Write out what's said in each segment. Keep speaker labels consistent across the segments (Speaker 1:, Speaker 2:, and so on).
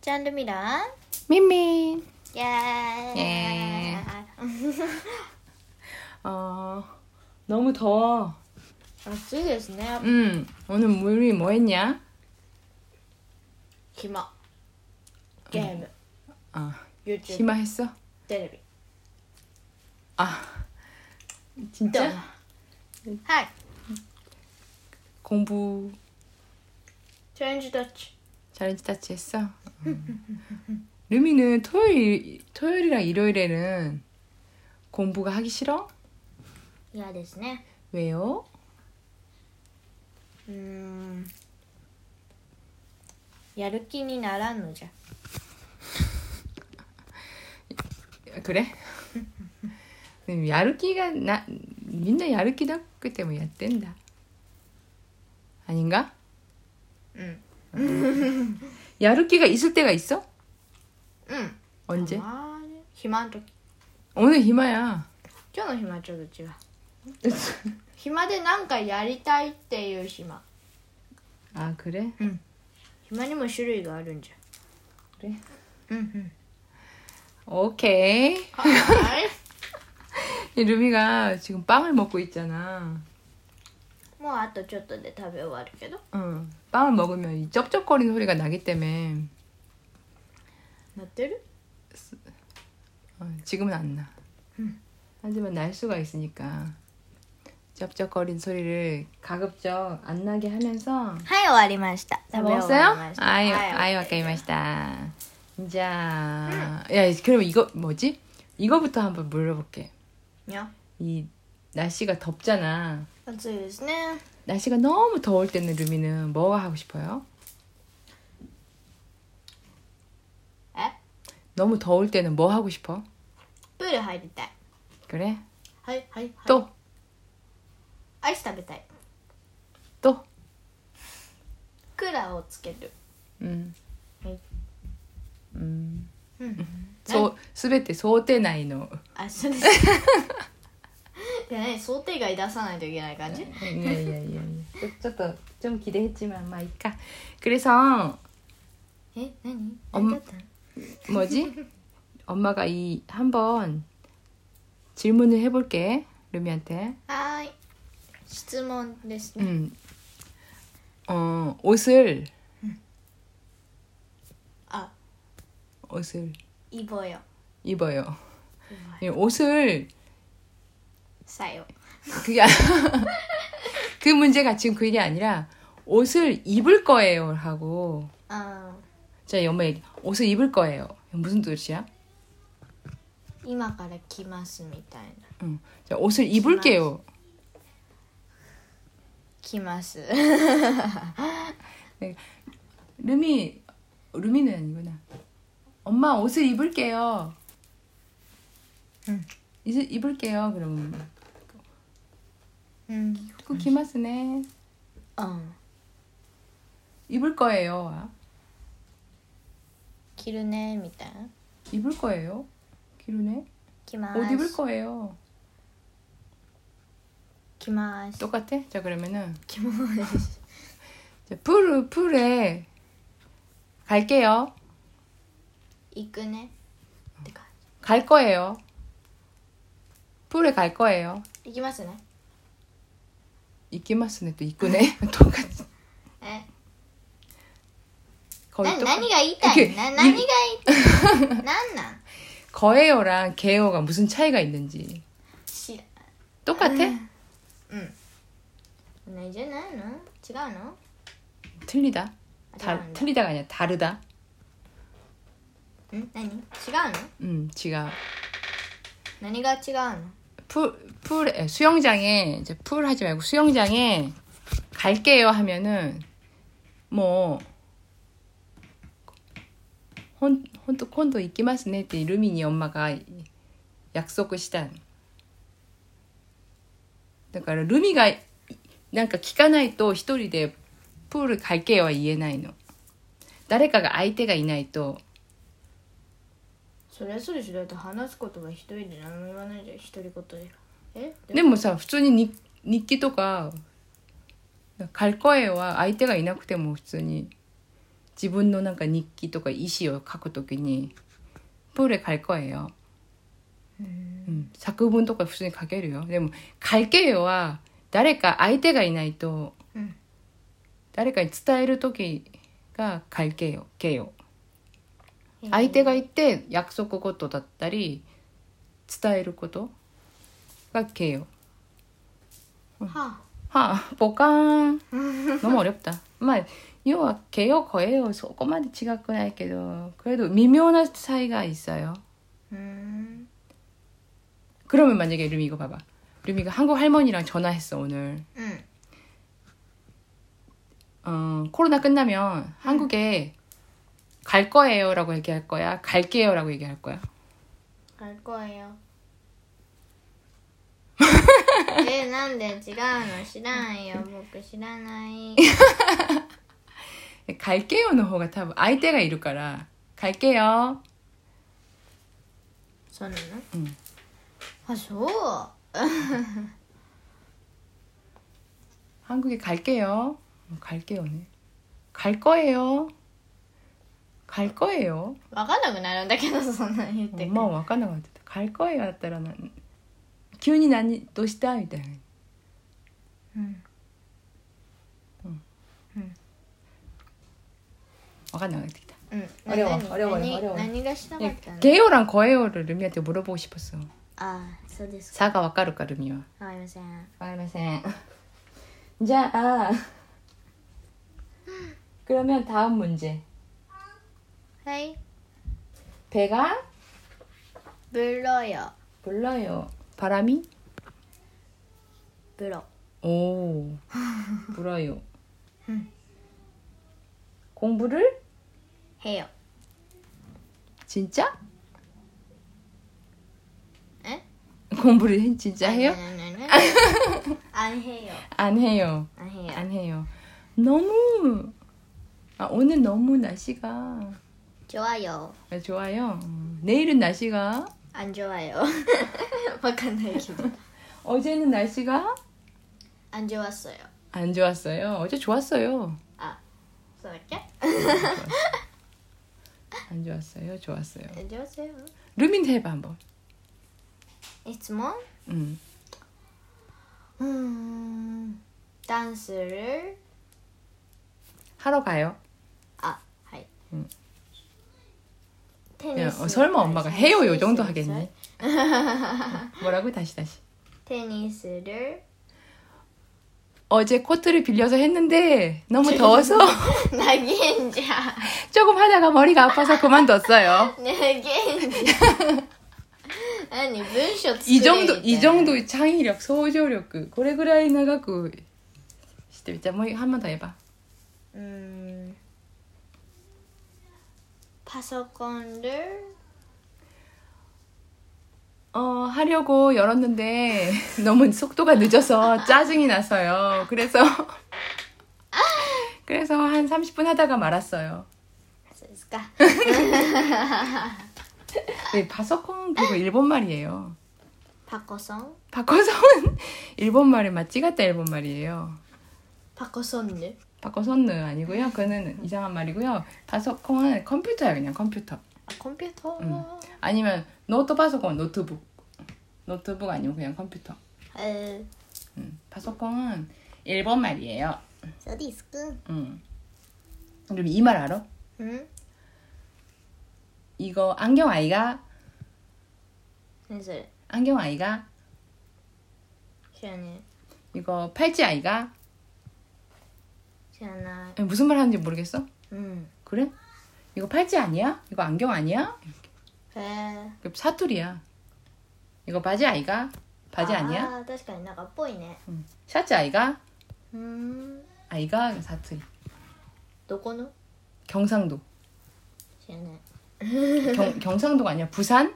Speaker 1: ジャンルミラー
Speaker 2: ミンミン
Speaker 1: イェーイ
Speaker 2: イエ 아 너무 더워
Speaker 1: 暑いですね
Speaker 2: 응 오늘 우리 뭐 했냐?
Speaker 1: 暇ゲーム
Speaker 2: 아
Speaker 1: YouTube
Speaker 2: 暇했어?
Speaker 1: テレビ
Speaker 2: 아
Speaker 1: どう
Speaker 2: 진짜?
Speaker 1: はい
Speaker 2: 공부
Speaker 1: チャレンジタッチ
Speaker 2: 자렌지 타치 했어? 음. 루미는 토요일, 토요일이랑 일요일에는 공부가 하기 싫어?
Speaker 1: 嫌ですね
Speaker 2: 왜요?
Speaker 1: うーんやる気にならんのじゃ
Speaker 2: 아, 그래? 음, 야르끼가 나 민나 야르끼다 그 때문에 야 뗀다 아닌가?
Speaker 1: うん
Speaker 2: 야르끼가 있을 때가 있어?
Speaker 1: うん
Speaker 2: 언제?
Speaker 1: たまーに暇の時
Speaker 2: 오늘 희마야
Speaker 1: 今日の暇はちょっと違う暇でなんかやりたいっていう暇
Speaker 2: 아 그래?
Speaker 1: 暇にも種類があるんじゃ
Speaker 2: 그래
Speaker 1: うんうん
Speaker 2: 오케이
Speaker 1: はい
Speaker 2: 이 루미가 지금 빵을 먹고 있잖아
Speaker 1: もうあとちょっとで食べ終わるけど
Speaker 2: 응. 어, 빵을 먹으면 이 쩝쩝거리는 소리가 나기 때문에
Speaker 1: なってる
Speaker 2: 어, 지금은 안 나. 하지만 날 수가 있으니까 쩝쩝거린 소리를 가급적 안 나게 하면서
Speaker 1: はい終わりました食
Speaker 2: 다
Speaker 1: べ終
Speaker 2: 뭐 먹었어요?
Speaker 1: わりました
Speaker 2: 아유,
Speaker 1: はい
Speaker 2: 아유, 아까이마시다. 자, 야, 그럼 이거 뭐지? 이거부터 한번 물어볼게.
Speaker 1: いや
Speaker 2: 이 날씨가 덥잖아.
Speaker 1: 暑いですね
Speaker 2: 날씨가 너무 더울 때는 루미는 뭐가 하고 싶어요?
Speaker 1: え
Speaker 2: 너무 더울 때는 뭐 하고 싶어?
Speaker 1: プール入りたい
Speaker 2: 그래?
Speaker 1: はいはいはい
Speaker 2: 또
Speaker 1: アイス食べたい
Speaker 2: 또.
Speaker 1: クーラーをつける
Speaker 2: 음.
Speaker 1: 네.
Speaker 2: 음.
Speaker 1: うん
Speaker 2: そう、すべて想定内の。
Speaker 1: あそうですでね想定外出さないといけない感じ
Speaker 2: 예, ちょっと、좀 기대했지만, まあいっか 그래서,
Speaker 1: え何
Speaker 2: 엄
Speaker 1: 何だったの
Speaker 2: 뭐지? 엄마가 이, 한번 질문을 해볼게. 루미한테.
Speaker 1: はーい質問ですね
Speaker 2: 음. 어, 옷을,
Speaker 1: あ
Speaker 2: 옷을
Speaker 1: イボよ
Speaker 2: 입어요.
Speaker 1: イボよ
Speaker 2: 이 옷을,
Speaker 1: さよ
Speaker 2: 그게, 아- 그 문제가 지금 그게 아니라, 옷을 입을 거예요. 하고,
Speaker 1: あ
Speaker 2: 자 엄마 얘기 옷을 입을 거예요 무슨 뜻이야?
Speaker 1: ー今から来ますみたいな
Speaker 2: 응. 자 옷을 입을게요
Speaker 1: 来ます
Speaker 2: 루미 루미는 아니구나 엄마 옷을 입을게요
Speaker 1: 응.
Speaker 2: 이제 입을게요 그럼
Speaker 1: うん
Speaker 2: 그 기마스네
Speaker 1: うん、
Speaker 2: 입을 거예요 아.
Speaker 1: 着るねみたいな
Speaker 2: 입을 거예요 기루네
Speaker 1: 着ま
Speaker 2: 옷
Speaker 1: ー
Speaker 2: 입을
Speaker 1: す
Speaker 2: 거예요
Speaker 1: 着まーす
Speaker 2: 똑같아? 자 그러면은
Speaker 1: 着まーす
Speaker 2: 자, 풀 풀에 갈게요
Speaker 1: 行くねって感
Speaker 2: 갈 거예요 풀에 갈 거예요
Speaker 1: じ行きますね
Speaker 2: 이끼마스네 또 입구네 똑같이
Speaker 1: え
Speaker 2: 거의
Speaker 1: な
Speaker 2: 똑같
Speaker 1: 何が言いた
Speaker 2: 이렇
Speaker 1: い
Speaker 2: 게
Speaker 1: な何が言いたい何なん
Speaker 2: 거예요랑 개요가 무슨 차이가 있는지
Speaker 1: 知ら
Speaker 2: 똑같아?
Speaker 1: んないじゃないの違うの
Speaker 2: 틀리다.
Speaker 1: あ違う
Speaker 2: 다
Speaker 1: んだ
Speaker 2: 틀리다가 아니라 다르다.
Speaker 1: ん何違うの
Speaker 2: 음, 지가
Speaker 1: 何が違うの
Speaker 2: 풀 풀 수영장에 이제 풀 하지 말고 수영장에 갈게요 하면은 뭐 혼, 혼도 콘도 이끼마스네 때 루미니 엄마가 약속을 시단. 그러니까 루미가 그러니까 なんか聞かないと一人でプール갈게요は言えないの。誰かが相手がいないと、
Speaker 1: それはそうでしょだって話すことは一人で何も言わないじゃん一人言でえで
Speaker 2: でもさ普通に日日記とか「갈거예요」は相手がいなくても普通に 自分のなんか日記とか意思を書くときにプールへ갈 거예요。うん、作文とか普通に書けるよ。でも「書けよ」は誰か相手がいないと、
Speaker 1: うん
Speaker 2: 誰かに伝える時が「書けよ」「けよ」相手がいて約束事だったり伝えることが「けよ」
Speaker 1: は
Speaker 2: 하, 보강. 너무 어렵다. 막, 요와 개요, 거예요. 조금만 지각은 할게도. 그래도 미묘한 차이가 있어요.
Speaker 1: うーん
Speaker 2: 그러면 만약에 루미 이거 봐봐. 루미가 한국 할머니랑 전화했어, 오늘.
Speaker 1: うん
Speaker 2: 어, 코로나 끝나면 한국에 갈 거예요 라고 얘기할 거야? 갈게요 라고 얘기할 거야?
Speaker 1: かっこいい よえなんで違うの知らん よ僕知らない
Speaker 2: 갈게요 の方が多分相手がいるから、 갈게요.
Speaker 1: そうなの
Speaker 2: うん
Speaker 1: あそう
Speaker 2: 한국에 갈게요. 어, 갈게요네. 갈 거예요. 갈 거예요.
Speaker 1: わかんなくなるんだけどそんなに言って
Speaker 2: まあ分かんなかった갈거예요だったらな急に何どうしたみたいな 음.
Speaker 1: うん
Speaker 2: 分かんなくなってきた
Speaker 1: うん
Speaker 2: あれは
Speaker 1: 何
Speaker 2: あれはあれは
Speaker 1: 何何がしたかったの
Speaker 2: ゲヨ랑거예요를루미한테물어보고싶었어
Speaker 1: ああそうですか
Speaker 2: 사가分かるかルミは
Speaker 1: わかりません
Speaker 2: 分かりませ んじゃあ그러면다음문제
Speaker 1: はい
Speaker 2: 배가
Speaker 1: ブロよ
Speaker 2: 불러요바람이
Speaker 1: ブロ
Speaker 2: 오 불어요
Speaker 1: 응.
Speaker 2: 공부를
Speaker 1: へよ
Speaker 2: 진짜
Speaker 1: え
Speaker 2: 공부를 진짜 해요?
Speaker 1: 안 해요.
Speaker 2: 안 해요.
Speaker 1: 안 해요.
Speaker 2: 안 해요. 너무 아, 오늘 너무 날씨가
Speaker 1: 좋아요.
Speaker 2: 좋아요. 음, 내일은 날씨가
Speaker 1: 안 좋아요. 막간다 기도.
Speaker 2: 어제는 날씨가
Speaker 1: 안 좋았어요.
Speaker 2: 안 좋았어요. 어제 좋았어요.
Speaker 1: 아, 써볼게.
Speaker 2: 어. 안 좋았어요. 좋았어요.
Speaker 1: 안 좋았어요.
Speaker 2: 루민 해봐 한번.
Speaker 1: 이츠몬.
Speaker 2: 음.
Speaker 1: 음, 댄스를
Speaker 2: 하러 가요.
Speaker 1: 아, 하이.
Speaker 2: 응. 야,
Speaker 1: 테니스.
Speaker 2: 음. 어, 설마 엄마가 해요 요 정도
Speaker 1: 테니스.
Speaker 2: 하겠니? 뭐라고 다시 다시.
Speaker 1: 테니스를
Speaker 2: 어제 코트를 빌려서 했는데 너무 더워서
Speaker 1: 나긴자.
Speaker 2: 조금 하다가 머리가 아파서 그만뒀어요.
Speaker 1: 나긴자. 아니 문쇼
Speaker 2: 이 정도 이 정도의 창의력, 소조력, 그 고래 그라이 나가고 시대 진짜 뭐한 번 더 해봐.
Speaker 1: うーんパソコンで
Speaker 2: 어 하려고 열었는데 너무 속도가 늦어서 짜증이 났어요. 그래서 그래서 한 30분 하다가 말았어요.
Speaker 1: そうですか
Speaker 2: 네, 바서콩 그거 일본 말이에요.
Speaker 1: パコソン
Speaker 2: 바꿔서는 일본 말에 맞지 같다 일본 말이에요.
Speaker 1: パコソンで
Speaker 2: 바꿔서는 아니고요. 그는 이상한 말이고요. 바서콩은 컴퓨터야 그냥 컴퓨터.
Speaker 1: あコンピューター、
Speaker 2: 음. 아니면 노트 바서콩 노트북. 노트북 아니면 그냥 컴퓨터.
Speaker 1: え
Speaker 2: 음, 파소콩은 일본 말이에요.
Speaker 1: ー、そうですか
Speaker 2: 음. 그럼 이 말 알아?
Speaker 1: うん
Speaker 2: 이거 안경 아이가
Speaker 1: 何それ
Speaker 2: 안경 아이가
Speaker 1: 知らね
Speaker 2: 이거 팔찌 아이가
Speaker 1: え知らない
Speaker 2: 에, 무슨 말 하는지 모르겠어?
Speaker 1: うん
Speaker 2: 그래? 이거 팔찌 아니야? 이거 안경 아니야?
Speaker 1: へえ
Speaker 2: 이거 사투리야. 이거 바지 아이가 바지 아... 니야
Speaker 1: あー確かになんかっぽいね
Speaker 2: 샤츠 아이가
Speaker 1: うーん
Speaker 2: 아이가 사투리.
Speaker 1: どこの
Speaker 2: 경상도.
Speaker 1: 知らない
Speaker 2: 경, 경상도가 아니야. 부산?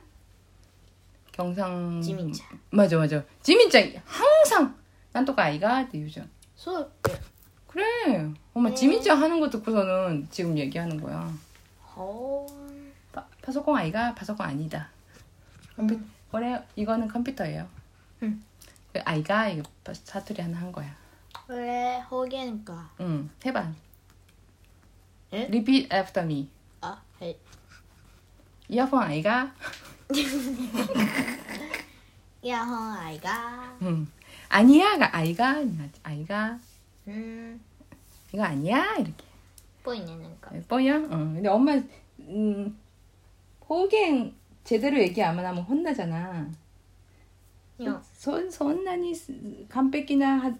Speaker 2: 경상
Speaker 1: ジミンちゃん
Speaker 2: 맞아 맞아. 지민짱 항상 난또가 아이가 내 요즘.
Speaker 1: そうだっけ
Speaker 2: 그래. 엄마
Speaker 1: 네.
Speaker 2: 지민짱 하는 거 듣고서는 지금 얘기하는 거야.
Speaker 1: は
Speaker 2: 파 파소공 아이가 파소공 아니다. 컴퓨 그래 이거는 컴퓨터예요.
Speaker 1: 응.
Speaker 2: 그 아이가 이거 파- 사투리 하나 한 거야.
Speaker 1: あこれ方言か
Speaker 2: 응 해봐.
Speaker 1: え
Speaker 2: Repeat after me.
Speaker 1: あはい
Speaker 2: イヤホン愛が、
Speaker 1: イヤホン愛が
Speaker 2: うん아니야가 아이가 아이가
Speaker 1: うーん
Speaker 2: 이거 아니야 이렇게
Speaker 1: ぽいねなんか
Speaker 2: 뻔이야. 어. 근데 엄마 음, 호갱 제대로 얘기 안 하면 혼나잖아.
Speaker 1: いや
Speaker 2: そそんなに完璧なは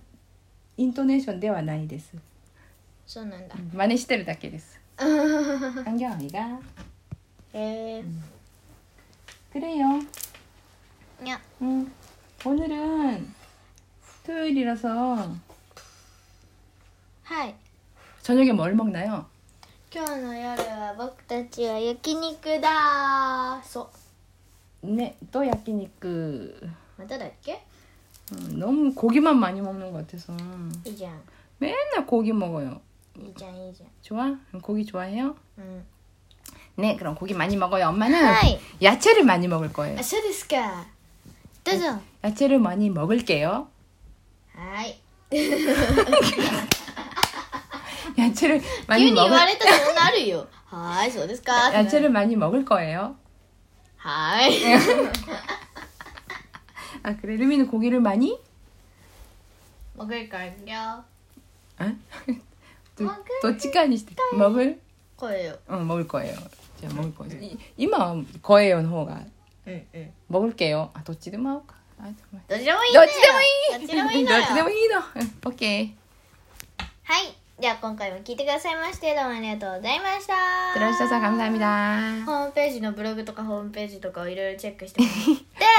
Speaker 2: イントネーションではないです。
Speaker 1: そうなんだ
Speaker 2: 真似してるだけです。안경아이가
Speaker 1: え
Speaker 2: 그래요
Speaker 1: ー、いや
Speaker 2: 응. 오늘은 토요일이라서
Speaker 1: はい
Speaker 2: 저녁에 뭘 먹나요?
Speaker 1: 今日の夜は僕たちは焼肉だそう
Speaker 2: 네, 또 야끼니크.
Speaker 1: まただっけ
Speaker 2: 음, 너무 고기만 많이 먹는 것 같아서
Speaker 1: いいじゃん
Speaker 2: 맨날 고기 먹어요.
Speaker 1: いいじゃんいいじ
Speaker 2: 좋아? 그럼 고기
Speaker 1: ゃ
Speaker 2: 좋아해요?
Speaker 1: んうん
Speaker 2: 네, 그럼 고기 많이 먹어요. 엄마는
Speaker 1: はい
Speaker 2: 야채를 많이 먹을 거예요.
Speaker 1: あそうですかどうぞは
Speaker 2: 야채를 많이 먹을게요.
Speaker 1: ー い
Speaker 2: 야채를
Speaker 1: 急
Speaker 2: 많이
Speaker 1: に言わ
Speaker 2: 먹을
Speaker 1: れたらそうなるよはーいそうですか
Speaker 2: 야채를 많이 먹을 거예요.
Speaker 1: は ーい
Speaker 2: 아 그래, 루미는 고기를 많이?
Speaker 1: 먹을갈게요
Speaker 2: 아? 또,
Speaker 1: 먹을
Speaker 2: 또 치카니 시대. 먹을?
Speaker 1: 声を
Speaker 2: 응, 먹을 거예요. 자, 먹을 거예요. 이- 이마 거예요, 호가
Speaker 1: うんうん
Speaker 2: 먹을게요. 아, 도치도 먹을까? 아, 정말.
Speaker 1: どっちでもいいんだ
Speaker 2: どっ
Speaker 1: よ
Speaker 2: ちでもいい
Speaker 1: ど っちでもいいの
Speaker 2: ど
Speaker 1: よ
Speaker 2: っちでもいいの。オッケー。いっ
Speaker 1: はいじゃあ今回も聞いてくださいましてどうもありがとうございました
Speaker 2: てらっしゃい감사합니다
Speaker 1: ホームページのブログとかホームページとかをいろいろチェックしても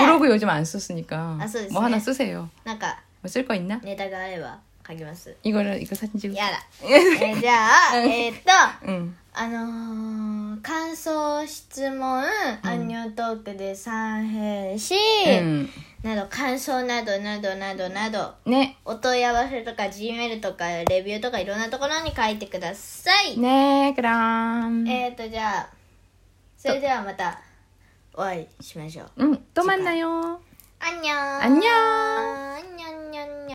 Speaker 1: らって
Speaker 2: 블로그 요즘 안 썼으니까
Speaker 1: 아, 써주세요.
Speaker 2: 뭐 하나 쓰세요.
Speaker 1: なんか
Speaker 2: 뭐 쓸 거 있나?
Speaker 1: ネタがあれば書きます。
Speaker 2: 이거를 이거 사진 찍고.
Speaker 1: やだ。えーじゃあ、えーっと、
Speaker 2: 응.
Speaker 1: あのー感想、質問、アンニョトークで三平し、
Speaker 2: 응.
Speaker 1: など、感想などなどなどなど、
Speaker 2: 네.
Speaker 1: お問い合わせとか G メールとかレビューとかいろんなところに書いてください。
Speaker 2: 네, 그럼.
Speaker 1: えーっと、じゃあ、それではまたお会いしましょう。
Speaker 2: 응. 또 만나요.
Speaker 1: アンニョー
Speaker 2: アンニョー
Speaker 1: アンニョー